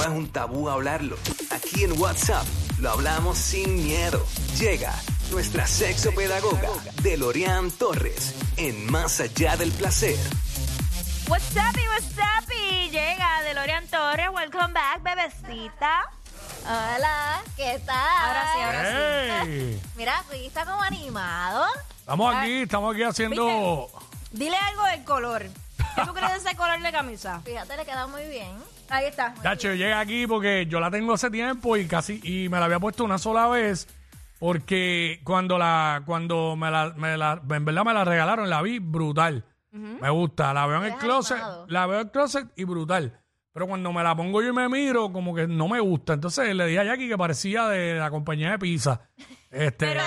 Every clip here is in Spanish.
es un tabú hablarlo. Aquí en WhatsApp lo hablamos sin miedo. Llega nuestra sexopedagoga Delorian Torres en Más Allá del Placer. What's up, y what's up, y llega DeLorean Torres. Welcome back, bebecita. Hola, ¿qué tal? Ahora sí, ahora sí. ¡Ey! Mira, Luis está como animado. Estamos aquí, estamos aquí haciendo. Dile algo del color. ¿Qué tú crees de ese color de camisa? Fíjate, le queda muy bien. Ahí está. Dacho, llega aquí porque yo la tengo hace tiempo y casi y me la había puesto una sola vez porque cuando la cuando me la, me la- en verdad me la regalaron la vi brutal. Me gusta, la veo en el Eres closet, animado. la veo en el closet y brutal. Pero cuando me la pongo yo y me miro, como que no me gusta. Entonces le dije a Jackie que parecía de la compañía de pizza. Este, Pero,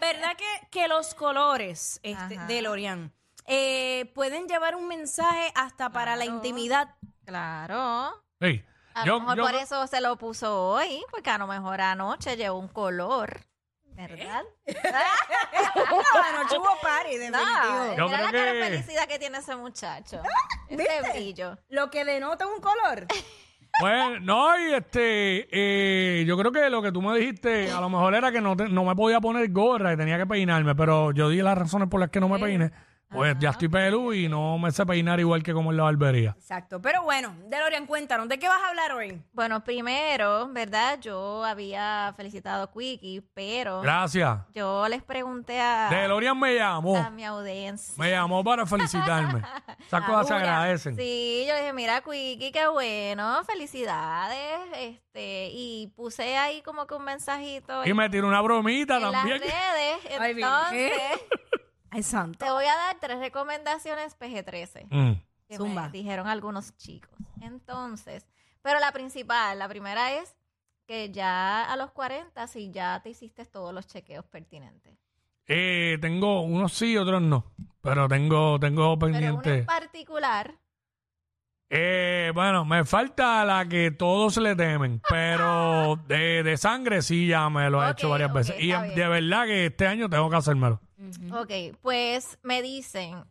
¿verdad que, que los colores este, Ajá. de Lorian eh, pueden llevar un mensaje hasta para la Claro. intimidad? Claro. sí. A Yo- lo mejor yo- por eso se lo puso hoy, porque a lo mejor anoche llevó un color. ¿Verdad? ¿Eh? Ah, Ah, Bueno, hubo party, No, Yo mira la creo cara de que- Ah, felicidad que tiene ese muchacho. Ese brillo. Lo que denota un color. Bueno, Pues, no, y este, eh, yo creo que lo que tú me dijiste, a lo mejor era que no, te- no me podía poner gorra y tenía que peinarme, pero yo di las razones por las que no me peiné. Pues ya estoy pelú y no me sé peinar igual que como en la barbería. Exacto. Pero bueno, DeLorean, cuéntanos, ¿de qué vas a hablar hoy? Bueno, primero, ¿verdad? Yo había felicitado a Quickie, pero Gracias. yo les pregunté a, DeLorean me a llamó, mi audiencia. me llamó para felicitarme. Esas cosas se Una. agradecen. Sí, yo le dije, mira, Quiki, qué bueno, felicidades. Este, y puse ahí como que un mensajito Y en, me tiró una bromita en las también. redes. Ay, bien. Entonces, Ay, santo. te voy a dar tres recomendaciones PG-13 Mm. que Zumba. me dijeron algunos chicos. Entonces, pero la principal, la primera es que ya a los 40, si ya te hiciste todos los chequeos pertinentes. Eh, tengo unos sí, otros no. Pero tengo, tengo Pero una pendiente. en particular, Eh, bueno, me falta la que todos le temen, pero de, de sangre sí ya me lo he Ok, hecho varias ok, veces. Y está en- bien. de verdad que este año tengo que hacérmelo. Ok, pues me dicen,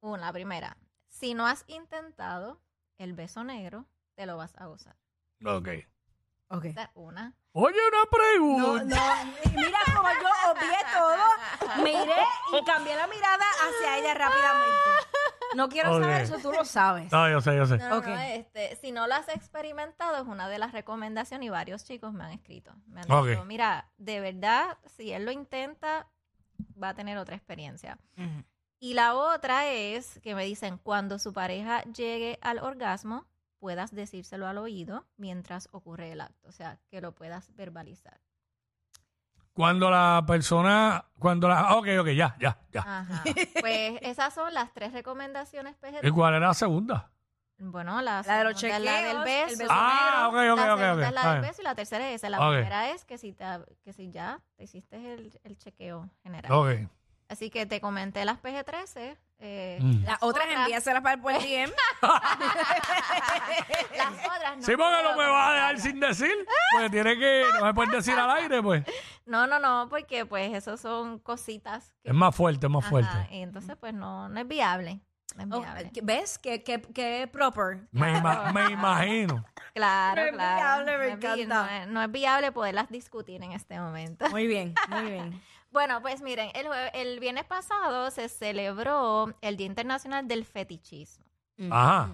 una la primera, si no has intentado el beso negro, te lo vas a gozar. Ok. Ok. Esa es Una. Oye, una No, pregunta. no, mira como yo obvié todo, miré y cambié la mirada hacia ella rápidamente. No quiero Ok. saber eso, tú lo sabes. No, Ah, yo sé, yo sé. No, no, Ok. no, este, si no lo has experimentado, es una de las recomendaciones y varios chicos me han escrito. Me han Ok. dicho, mira, de verdad, si él lo intenta, va a tener otra experiencia. Y la otra es que me dicen, cuando su pareja llegue al orgasmo, puedas decírselo al oído mientras ocurre el acto, o sea, que lo puedas verbalizar. Cuando la persona, cuando la... ah, Ok, ok, ya, ya, ya. Ajá. Pues esas son las tres recomendaciones PG. ¿Y cuál era la segunda? Bueno, la, La de los segunda es la del chequeos, beso. el beso Ah, negro. ok, ok, la ok, segunda es la ok, está del bien. beso y la tercera es esa. La Ok. primera es que si, te, que si ya te hiciste el, el chequeo general. Ok. Así que te comenté las PG-13. eh, Mm. Las otras envíaselas para el buen DM. Las otras no. sí, porque no creo me que vas a te dejar salgan. sin decir. Pues tiene que... No me puedes decir al aire, pues. No, no, no, porque pues eso son cositas. que- Es más fuerte, es más Ajá, fuerte. y entonces pues no, no es viable. No es Oh, viable. ¿Ves? Que, que, que proper. Me, ima- me imagino. Claro, No es claro. viable, me no es vi- encanta. no es- no es viable poderlas discutir en este momento. Muy bien, muy bien. Bueno, pues miren, el, jue- el viernes pasado se celebró el Día Internacional del Fetichismo. Ajá.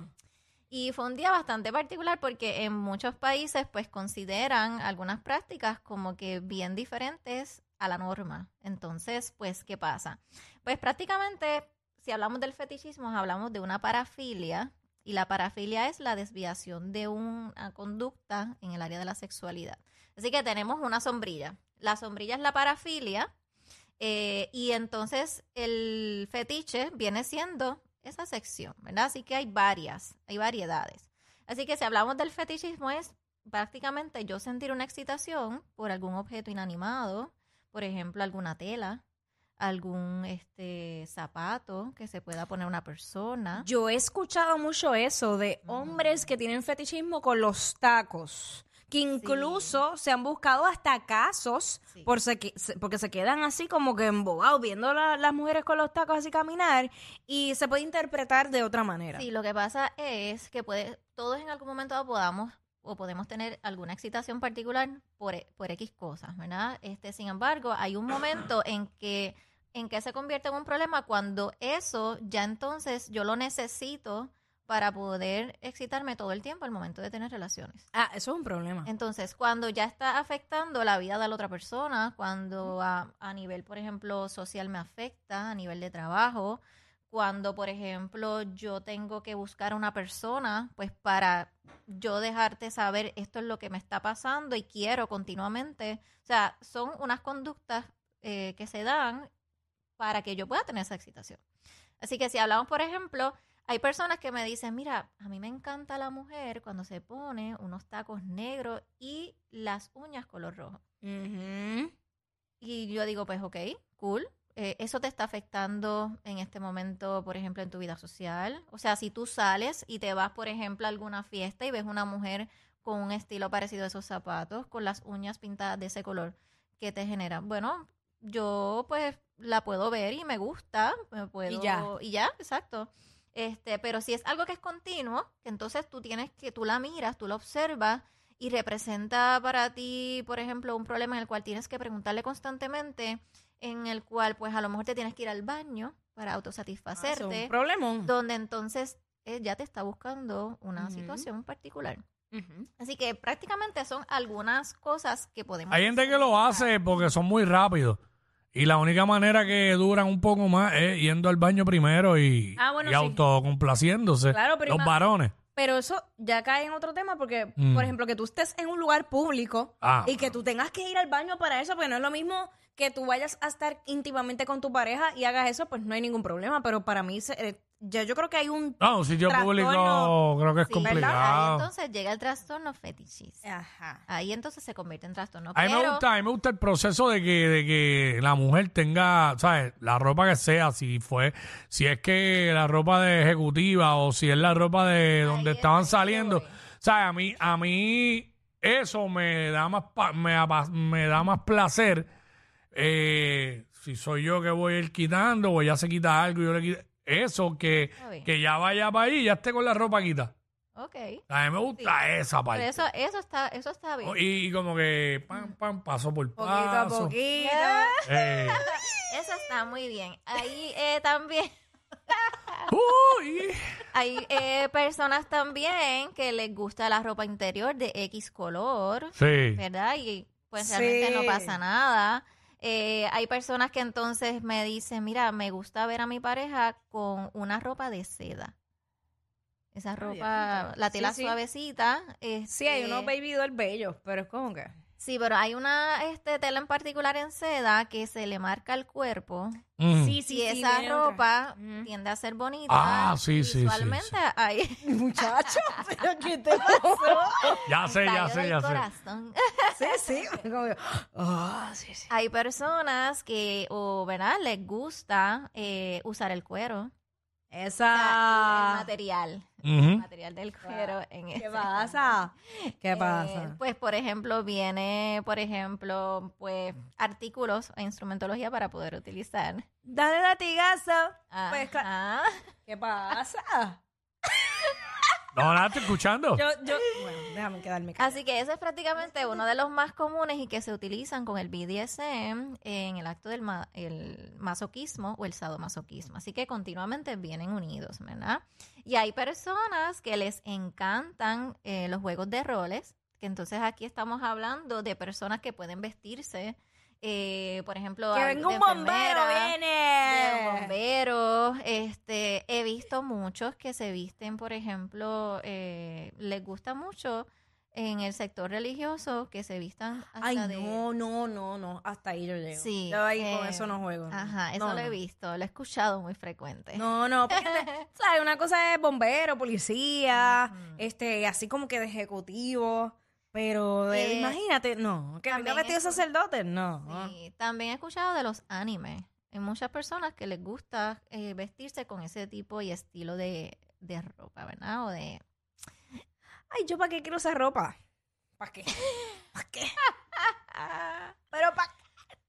Y fue un día bastante particular porque en muchos países pues consideran algunas prácticas como que bien diferentes a la norma. Entonces, pues, ¿qué pasa? Pues prácticamente, si hablamos del fetichismo, hablamos de una parafilia y la parafilia es la desviación de una conducta en el área de la sexualidad. Así que tenemos una sombrilla. La sombrilla es la parafilia eh, y entonces el fetiche viene siendo esa sección, ¿verdad? Así que hay varias, hay variedades. Así que si hablamos del fetichismo es prácticamente yo sentir una excitación por algún objeto inanimado, por ejemplo, alguna tela, algún este zapato que se pueda poner una persona. Yo he escuchado mucho eso de hombres que tienen fetichismo con los tacos. Que incluso se han buscado hasta casos Sí. por se que- se- porque se quedan así como que embobados viendo la- las mujeres con los tacos así caminar y se puede interpretar de otra manera. Sí, lo que pasa es que puede, todos en algún momento dado podamos, po- o podemos tener alguna excitación particular por, e- por X cosas, ¿verdad? Este, sin embargo, hay un momento en que, en que se convierte en un problema cuando eso ya entonces yo lo necesito para poder excitarme todo el tiempo al momento de tener relaciones. Ah, eso es un problema. Entonces, cuando ya está afectando la vida de la otra persona, cuando a, a nivel, por ejemplo, social me afecta, a nivel de trabajo, cuando, por ejemplo, yo tengo que buscar a una persona, pues para yo dejarte saber esto es lo que me está pasando y quiero continuamente. O sea, son unas conductas eh, que se dan para que yo pueda tener esa excitación. Así que si hablamos, por ejemplo, hay personas que me dicen, mira, a mí me encanta la mujer cuando se pone unos tacos negros y las uñas color rojo. Ujú. Y yo digo, pues ok, cool. Eh, ¿Eso te está afectando en este momento, por ejemplo, en tu vida social? O sea, si tú sales y te vas, por ejemplo, a alguna fiesta y ves una mujer con un estilo parecido a esos zapatos, con las uñas pintadas de ese color, ¿qué te genera? Bueno, yo pues la puedo ver y me gusta, me puedo... ya. Y ya, exacto. Este, pero si es algo que es continuo, que entonces tú tienes que, tú la miras, tú la observas y representa para ti, por ejemplo, un problema en el cual tienes que preguntarle constantemente, en el cual pues a lo mejor te tienes que ir al baño para Ah, eso es autosatisfacerte, un mm. problemón. donde entonces eh, ya te está buscando una Ujú. situación particular. Ujú. Así que prácticamente son algunas cosas que podemos... Hay gente que lo hace porque son muy rápidos. Y la única manera que duran un poco más es yendo al baño primero y, Ah, bueno, y sí. autocomplaciéndose. Claro, pero Los ima- varones. Pero eso ya cae en otro tema porque, Mm. por ejemplo, que tú estés en un lugar público Ah, y que tú tengas que ir al baño para eso, porque no es lo mismo que tú vayas a estar íntimamente con tu pareja y hagas eso, pues no hay ningún problema. Pero para mí, se- eh, ya yo creo que hay un... No, Ah, un sitio público Trastorno. creo que es Sí, ¿verdad? Ahí complicado. entonces llega el trastorno fetichista. Ajá. Ahí entonces se convierte en trastorno. Eh. A mí me pero- gusta, a mí me gusta el proceso de que, de que la mujer tenga, ¿sabes? La ropa que sea, si fue, si es que la ropa de ejecutiva o si es la ropa de donde es, estaban ahí saliendo. voy. ¿Sabes? A mí, a mí eso me da más, pa- me, apa- me da más placer. eh, si soy yo que voy a ir quitando o ya se quita algo, yo le quito. Eso que, Está bien. que ya vaya para ahí, ya esté con la ropa quita. Ok. A mí me gusta esa parte. Pero eso, eso está, eso está bien. Oh, Y, y como que pam, pam, paso por Poquito paso. a poquito. Eh, Eso está muy bien. Ahí eh, también uy. hay eh, personas también que les gusta la ropa interior de X color, Sí. ¿verdad? Y pues Sí. realmente no pasa nada. Eh, hay personas que entonces me dicen, mira, me gusta ver a mi pareja con una ropa de seda. Esa ropa, la Sí, tela sí. suavecita. Sí, hay este, unos baby doll bellos, pero es como que... Sí, pero hay una este, tela en particular en seda que se le marca el cuerpo Mm. y esa viene otra. ropa Mm. tiende a ser bonita. Ah, sí, sí, sí, Visualmente sí. ahí Muchacho, ¿pero qué te pasó? Ya sé, ya estalló sé, del ya sé. corazón. sí, sí. Como que, ah, sí, sí. Hay personas que, o verdad, les gusta eh, usar el cuero, O sea, el Esa... material, el Ujú. material del cuero. En Ah. ¿Qué ese- pasa? ¿Qué Eh, pasa? pues, por ejemplo, viene, por ejemplo, pues artículos e instrumentología para poder utilizar. Dale latigazo. Pues, cla- Ajá. ¿Qué pasa? No, nada, estoy escuchando. Yo, yo. Bueno, déjame quedarme callada. Así que ese es prácticamente uno de los más comunes y que se utilizan con el BDSM en el acto del ma- el masoquismo o el sadomasoquismo. Así que continuamente vienen unidos, ¿verdad? Y hay personas que les encantan eh, los juegos de roles, que entonces aquí estamos hablando de personas que pueden vestirse, eh, por ejemplo, Que al- venga de un bombero, enfermera, de viene. bomberos, este, he visto muchos que se visten, por ejemplo, eh, les gusta mucho en el sector religioso que se vistan hasta Ay, de... no, no, no, no. Hasta ahí yo llego. Sí, Yo ahí con eh, eso no juego. no. Ajá, eso No, lo he no. visto, lo he escuchado muy frecuente. No, no, porque te- ¿sabes? Una cosa es bombero, policía, este, así como que de ejecutivo. Pero eh, Eh, imagínate, no, que venga también vestido de eso. sacerdote, no. Sí, También he escuchado de los animes. Hay muchas personas que les gusta eh, vestirse con ese tipo y estilo de, de ropa, ¿verdad? O de... Ay, ¿yo para qué quiero usar ropa? ¿Para qué? ¿Para qué? Pero para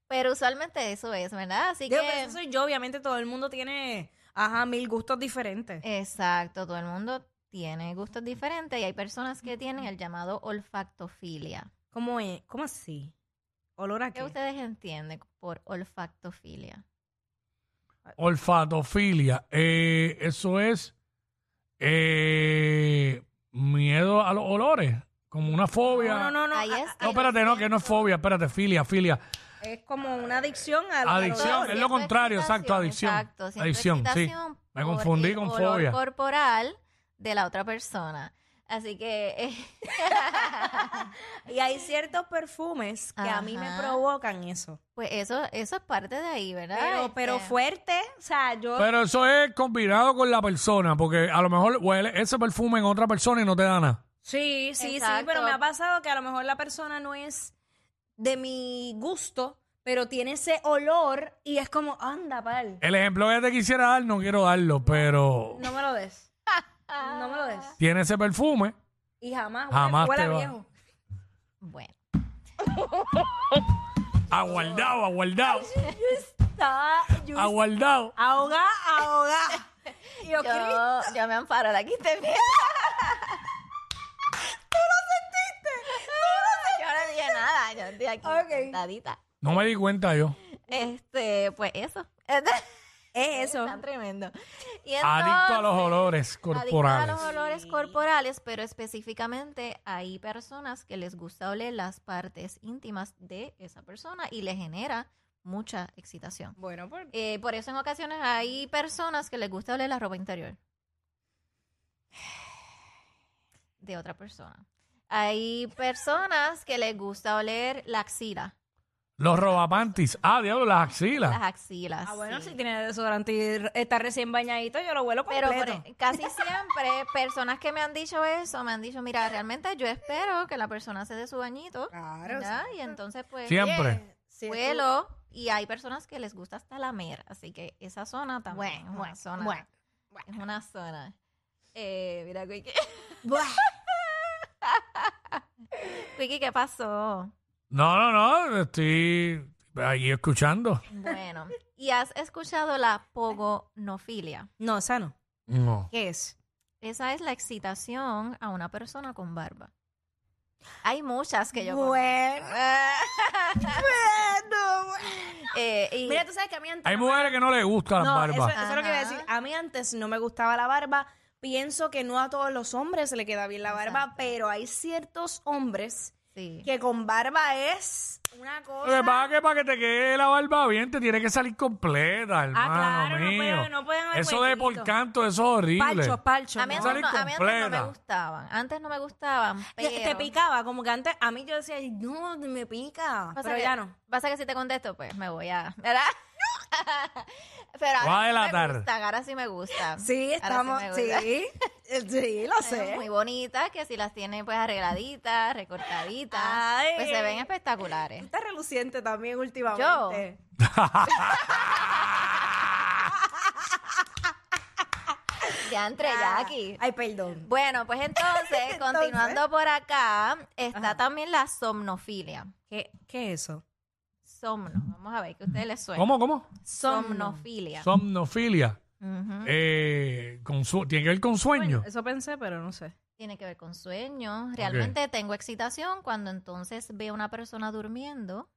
Pero usualmente eso es, ¿verdad? Así Digo, que... pero eso Eh. soy yo, obviamente todo el mundo tiene, ajá, mil gustos diferentes. Exacto, todo el mundo tiene gustos diferentes y hay personas que tienen el llamado olfactofilia. ¿Cómo es? ¿Cómo así? ¿Olor a ¿Qué qué? ustedes entienden por olfactofilia? Olfatofilia. eh, eso es eh, miedo a los olores, como una fobia. No, no, no. No, Ahí a- es a- No, espérate, no, que no es fobia, espérate, filia, filia. es como una adicción al al Adicción, olor. es lo contrario, exacto, adicción. Adicción, sí. adicción, Me confundí con fobia. corporal de la otra persona. Así que eh, Y hay ciertos perfumes que a mí me Ajá. provocan eso. pues eso eso es parte de ahí, ¿verdad? Pero, Este, pero fuerte, o sea, yo... Pero eso es combinado con la persona, porque a lo mejor huele ese perfume en otra persona y no te da nada. Sí, sí, sí, Exacto. pero me ha pasado que a lo mejor la persona no es de mi gusto, pero tiene ese olor y es como, anda, pal, El ejemplo que te quisiera dar, no quiero darlo, pero no me lo des. No me lo des. tiene ese perfume. Y jamás, huele- Jamás huele te a va. viejo. bueno, Aguardado, aguardado, Estaba yo aguardado. ahoga, ahoga. Y yo, Cristo, yo, yo me amparo, la quité bien. Yo no dije nada, yo estoy aquí Ok. sentadita. No me di cuenta yo. Este, pues eso. es eso. Tan tremendo. Y Adicto a los entonces- olores Adicto a corporales. los olores corporales, pero específicamente hay personas que les gusta oler las partes íntimas de esa persona y le genera mucha excitación. Bueno, pues, Eh, por eso en ocasiones hay personas que les gusta oler la ropa interior de otra persona. Hay personas que les gusta oler la axila, Los robapantis. Ah, diablo, las axilas. las axilas. ah, bueno, sí. si tiene desodorante y está recién bañadito, yo lo vuelo Pero completo. por- e-, casi siempre personas que me han dicho eso me han dicho, mira, realmente yo espero que la persona se dé su bañito. Claro, ¿verdad? Y entonces pues Siempre. sí, es que- vuelo y hay personas que les gusta hasta lamer, así que esa zona también Bueno, es una zona. bueno, bueno, Es una zona. Eh, mira, Quiki. Buah. Quiki, ¿qué pasó? No, no, no, estoy ahí escuchando. Bueno, ¿y has escuchado la pogonofilia? No, o sea, no. No. ¿Qué es? Esa es la excitación a una persona con barba. Hay muchas que yo conozco. Bueno, bueno, bueno. Eh, y- Mira, tú sabes que a mí antes. Hay no me- mujeres que no les gustan las No, eso, barbas. eso es lo que iba a decir. Ajá. A mí antes no me gustaba la barba. Pienso que no a todos los hombres le queda bien la barba, Exacto. pero hay ciertos hombres sí. que con barba es una Lo que pasa cosa. es que para que te quede la barba bien te tiene que salir completa, hermano Ah, claro, no mío. pueden- no pueden haber eso de huequito. por canto, eso es horrible. Palcho, palcho. A mí, ¿no? antes Sale no, a mí antes no completa. me gustaban. Antes no me gustaban. Te- Pero Te picaba, como que antes a mí yo decía, "Ay, no, me pica, pasa pero que- ya no. Pasa que si te contesto, pues me voy a. ¿Verdad? Pero Voy a ahora sí me delatar. gustan, ahora sí me gustan. Sí, estamos, Ahora sí me gusta. sí, sí, lo sé. Son Muy bonitas, que si las tiene pues arregladitas, recortaditas, Ay. pues se ven espectaculares. Está reluciente también últimamente. Ya entre ya aquí. Ay, perdón. Bueno, pues entonces, continuando por acá, está también la somnofilia. ¿Qué, qué es eso? Somno, vamos a ver, que a ustedes les suena. ¿Cómo, cómo? Somnofilia. Somnofilia. Ujú. Eh, con su- tiene que ver con sueño. Eso pensé, pero no sé. Tiene que ver con sueños. Realmente tengo excitación cuando entonces veo a una persona durmiendo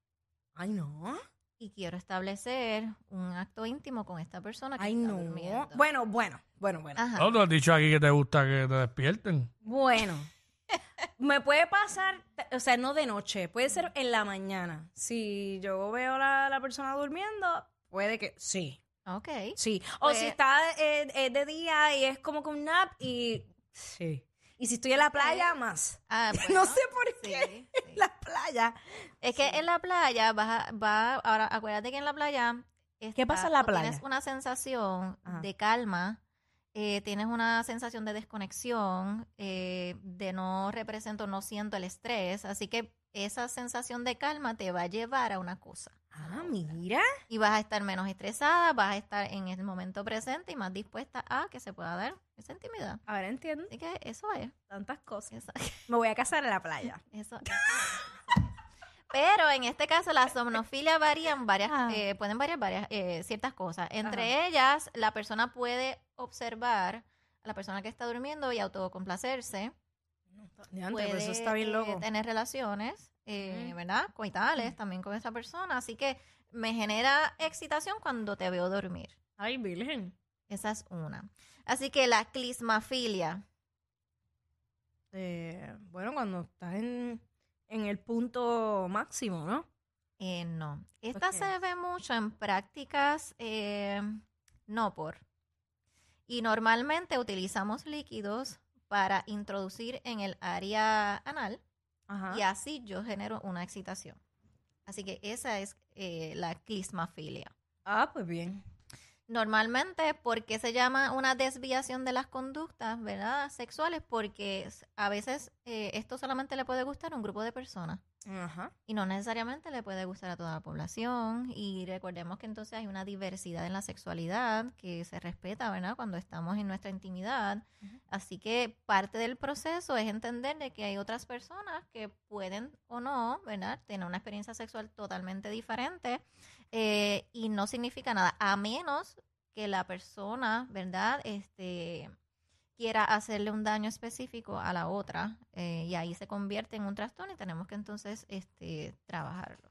Ay, no. y quiero establecer un acto íntimo con esta persona que Ay, está no. durmiendo. Bueno, bueno, bueno, bueno. Ajá. No, tú has dicho aquí que te gusta que te despierten. Bueno. Me puede pasar, o sea, no de noche, puede ser en la mañana. Si yo veo a la, la persona durmiendo, puede que sí, Ok. sí. O Pues- si está eh, eh, de día y es como con un nap y sí. Y si estoy en la playa, más. Ah, bueno, no sé por sí, qué. sí. La playa. Es que en la playa vas a- va, ahora acuérdate que en la playa está- pasa en la tú Tienes playa? Ah. una sensación Ajá. de calma, eh, tienes una sensación de desconexión, eh, de no represento, no siento el estrés, así que esa sensación de calma te va a llevar a una cosa Ah, mira. y vas a estar menos estresada, vas a estar en el momento presente y más dispuesta a que se pueda dar esa intimidad. Ahora entiendo Así que eso es. tantas cosas. Eso, Me voy a casar en la playa. Eso. eso es, eso es. Pero en este caso la somnofilia varían varias, Ah. eh, pueden variar varias eh, ciertas cosas. Entre ellas, la persona puede observar a la persona que está durmiendo y autocomplacerse. De antes, pero eso puede, está bien eh, loco. tener relaciones, eh, ¿verdad? Coitales también con esa persona. Así que me genera excitación cuando te veo dormir. Ay, virgen. Esa es una. Así que la clismafilia. Eh, bueno, cuando estás en, en el punto máximo, ¿no? eh, no. Esta Ok. se ve mucho en prácticas eh, no por. Y normalmente utilizamos líquidos para introducir en el área anal Ajá. y así yo genero una excitación. Así que esa es eh, la clismafilia. Ah, pues bien. Normalmente, porque se llama una desviación de las conductas, ¿verdad? Sexuales, porque s- a veces eh, esto solamente le puede gustar a un grupo de personas Ajá. y no necesariamente le puede gustar a toda la población. Y recordemos que entonces hay una diversidad en la sexualidad que se respeta, ¿verdad? Cuando estamos en nuestra intimidad. Ujú. Así que parte del proceso es entender de que hay otras personas que pueden o no, ¿verdad? Tener una experiencia sexual totalmente diferente eh, y no significa nada, a menos que la persona, ¿verdad? Este quiera hacerle un daño específico a la otra eh, y ahí se convierte en un trastorno y tenemos que entonces este trabajarlo.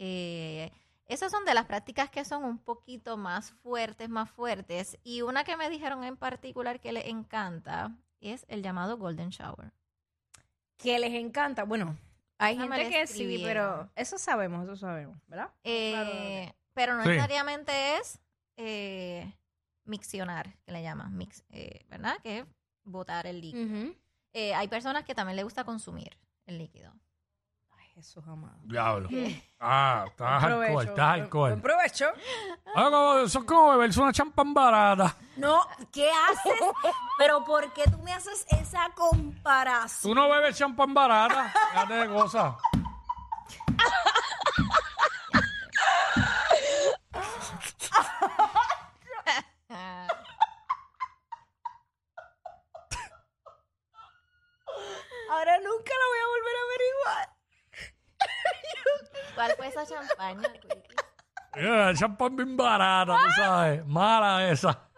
Eh, esas son de las prácticas que son un poquito más fuertes, más fuertes y una que me dijeron en particular que le encanta es el llamado golden shower. Que les encanta. Bueno, hay Esa me gente la que sí, escribieron. pero eso sabemos, eso sabemos, ¿verdad? Eh, Claro, ok. Pero no Sí. necesariamente es eh, miccionar, que le llaman, mix, eh, ¿verdad? Que es botar el líquido. Eh, hay personas que también le gusta consumir el líquido. Ay, Jesús amado. Diablo. Ah, está alcohol, Provecho, está buen- alcohol. buen provecho. Ah, como- Eso es como beberse una champán barata. No, ¿qué haces? Pero ¿por qué tú me haces esa comparación? Tú no bebes champán barata. Fíjate de cosas. Ah, Ahora nunca la voy a volver a averiguar. ¿Cuál fue esa champaña? Quickie? Eh, champán bien barata, tú sabes. Mala esa.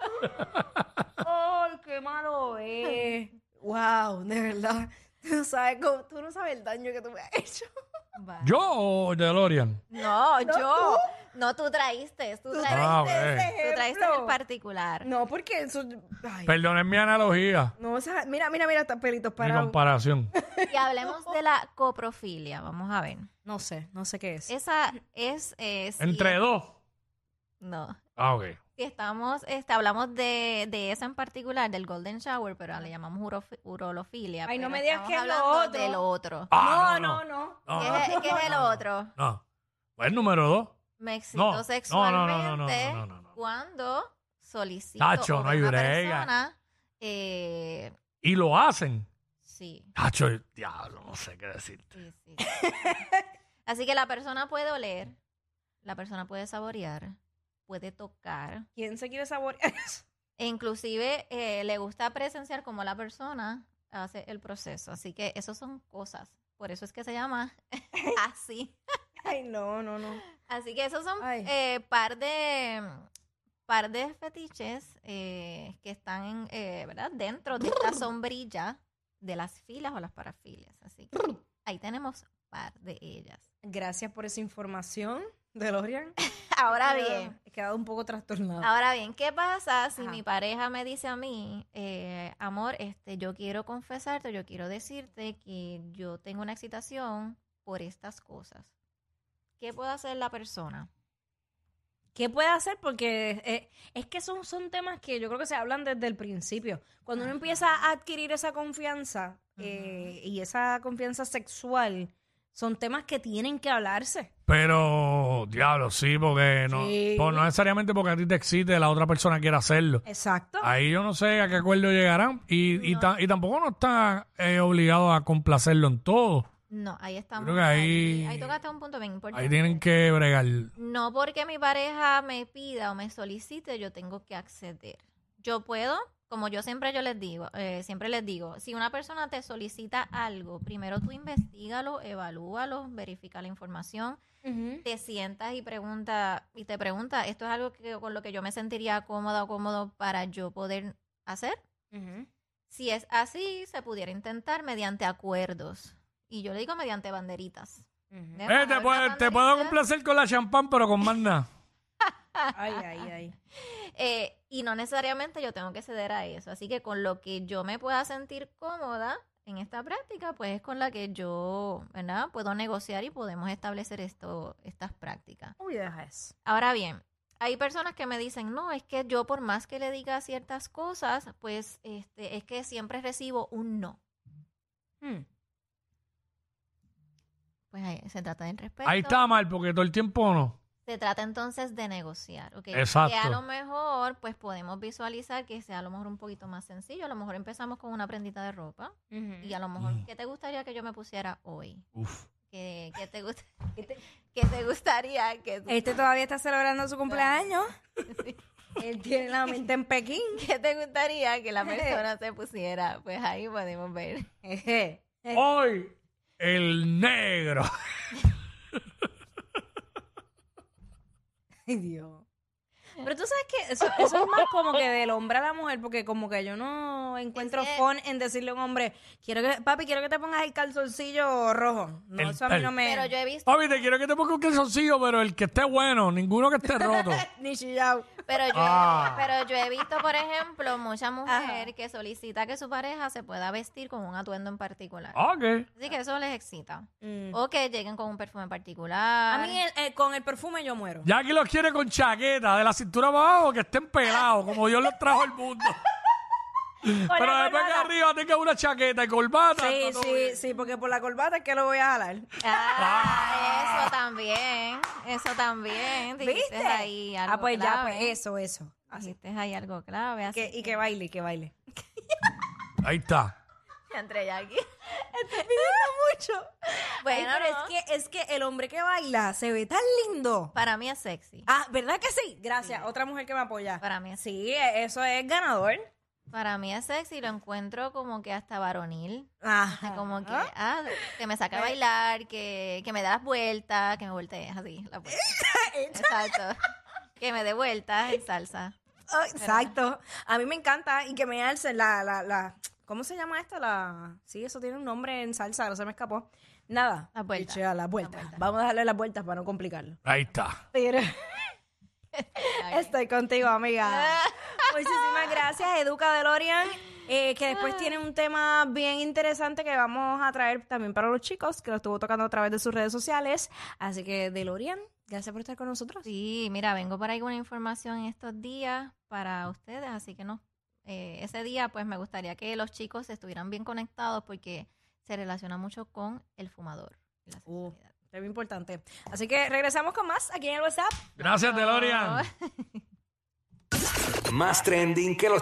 ¡Ay, qué malo es! Eh, ¡Wow! De verdad. Tú no, sabes cómo- tú no sabes el daño que tú me has hecho. Va. ¿Yo o DeLorean? No, yo. No, tú traíste. Tú traíste, Ah, Este ok. tú traíste en el ejemplo. particular. No, porque eso. Ay. Perdonen mi analogía, No, o sea, mira, mira, mira, estos pelitos mi parados. comparación. Y hablemos de la coprofilia. Vamos a ver. No sé, no sé qué es. Esa es. eh, si- Entre dos. No. Ah, ok. Si estamos, este, hablamos de, de esa en particular, del Golden Shower, pero le llamamos urofi- urolofilia. Ay, no pero me digas estamos que es lo hablando otro. Del otro. Ah, no, no, no. No, ¿Qué, no, es, qué es el no, no, otro? No. Pues número dos. Me excito No, no, no, no, no, sexualmente no, no, no, no, no. cuando solicito Tacho, o no veo hay una brega. persona, eh, Y lo hacen. sí, Hacho, diablo, no sé qué decirte. sí, sí. Así que la persona puede oler, la persona puede saborear, puede tocar, ¿Quién se quiere saborear eso? e inclusive eh, le gusta presenciar cómo la persona hace el proceso. Así que eso son cosas. Por eso es que se llama así. Ay, no, no, no. Así que esos son Ay. eh, par de par de fetiches eh, que están en, eh, ¿verdad? dentro de esta sombrilla de las filas o las parafilias. Así que ahí tenemos par de ellas. Gracias por esa información, DeLorean. Ahora Quedado- bien, He quedado un poco trastornado. ahora bien, ¿qué pasa si Ajá. mi pareja me dice a mí, eh, amor, este, yo quiero confesarte, yo quiero decirte que yo tengo una excitación por estas cosas? ¿Qué puede hacer la persona? ¿Qué puede hacer? Porque eh, es que son, son temas que yo creo que se hablan desde el principio. Cuando uno Ajá. empieza a adquirir esa confianza eh, y esa confianza sexual, son temas que tienen que hablarse. Pero, diablo, sí, porque no, Sí. pues no necesariamente porque a ti te excite, la otra persona quiere hacerlo. Exacto. Ahí yo no sé a qué acuerdo llegarán. Y, y, ta- y tampoco no está eh, obligado a complacerlo en todo. No, ahí estamos. que ahí- ahí, ahí tocaste un punto bien importante. Ahí tienen que bregar. Eh, No porque mi pareja me pida o me solicite, yo tengo que acceder. Yo puedo, como yo siempre yo les digo, eh, siempre les digo, si una persona te solicita algo, primero tú investigalo, evalúalo, verifica la información, Ujú. te sientas y pregunta y te pregunta, esto es algo que, con lo que yo me sentiría cómoda o cómodo para yo poder hacer Ujú. Si es así, se pudiera intentar mediante acuerdos. Y yo le digo mediante banderitas. Ujú. Debe Eh, haber te, una puedo, te banderita. puedo complacer con la champán, pero con más nada. Ay, ay, ay. Eh, y no necesariamente yo tengo que ceder a eso. Así que con lo que yo me pueda sentir cómoda en esta práctica, pues es con la que yo, ¿verdad? Puedo negociar y podemos establecer esto, estas prácticas. Uy, deja eso. Ahora bien, hay personas que me dicen, no, es que yo por más que le diga ciertas cosas, pues este, es que siempre recibo un no. Hmm. Pues ahí se trata del respeto. Ahí está mal, porque todo el tiempo no. Se trata entonces de negociar, ¿ok? Exacto. Que a lo mejor, pues podemos visualizar que sea a lo mejor un poquito más sencillo. A lo mejor empezamos con una prendita de ropa Ujú. y a lo mejor, Mm. ¿qué te gustaría que yo me pusiera hoy? Uf. ¿Qué, qué te, gust- qué te- qué te gustaría que tú- Este todavía está celebrando su cumpleaños. Él tiene la mente en Pekín. qué te gustaría que la persona se pusiera? Pues ahí podemos ver. Jeje. Hoy, el negro. Ay, Dios. Pero tú sabes que eso, eso es más como que del hombre a la mujer, porque como que yo no encuentro Es que- fun en decirle a un hombre, quiero que, papi, quiero que te pongas el calzoncillo rojo. No, El- eso a mí el- no me. Pero yo he visto, Papi, te quiero que te ponga un calzoncillo, pero el que esté bueno, ninguno que esté roto. Ni chillao. pero yo, he- Ah. pero yo he visto, por ejemplo, mucha mujer que solicita que su pareja se pueda vestir con un atuendo en particular. ok. Así que eso les excita. Mm. O que lleguen con un perfume particular. A mí el- el- con el perfume yo muero. Ya aquí los quiere con chaqueta, de la cintura para abajo, que estén pelados, como Dios los trajo al mundo. pero después que arriba tenga una chaqueta y corbata. Sí, está todo sí, bien. sí, porque por la corbata es que lo voy a jalar. Ah, eso también. Eso también. Dijiste ¿Viste? ahí algo ah, pues ya, clave. pues eso, eso. Así. Dijiste ahí algo clave. Así Que, y que baile, que baile. Ahí está. que entré ya aquí. pidiendo mucho. Bueno, Ay, pero no. es que es que el hombre que baila se ve tan lindo. Para mí es sexy. Ah, ¿verdad que sí? Gracias, otra mujer que me apoya. Para mí es Sí, e- eso es ganador. Para mí es sexy. Lo encuentro como que hasta varonil. O sea, Ajá. Como que, ah, que me Eh. saca a bailar, que, que me da las vueltas, que me voltees así. la vuelta. Exacto. Que me dé vueltas en salsa. Ah, exacto. A mí me encanta y que me alcen la, la, la, ¿cómo se llama esto? La, sí, eso tiene un nombre en salsa, no se me escapó. Nada. Las vueltas. Pichea, las vueltas. Vamos a darle las vueltas para no complicarlo. Ahí está. Pero- Estoy contigo, amiga. Muchísimas gracias, Educa DeLorean. eh, que después tiene un tema bien interesante que vamos a traer también para los chicos, que lo estuvo tocando a través de sus redes sociales. Así que, DeLorean, gracias por estar con nosotros. Sí, mira, vengo por ahí con una información en estos días para ustedes, así que no. eh, ese día, pues me gustaría que los chicos estuvieran bien conectados porque se relaciona mucho con el fumador. y la Uh, sexualidad. es muy importante. Así que regresamos con más aquí en el WhatsApp. Gracias, Delorian. Más trending que los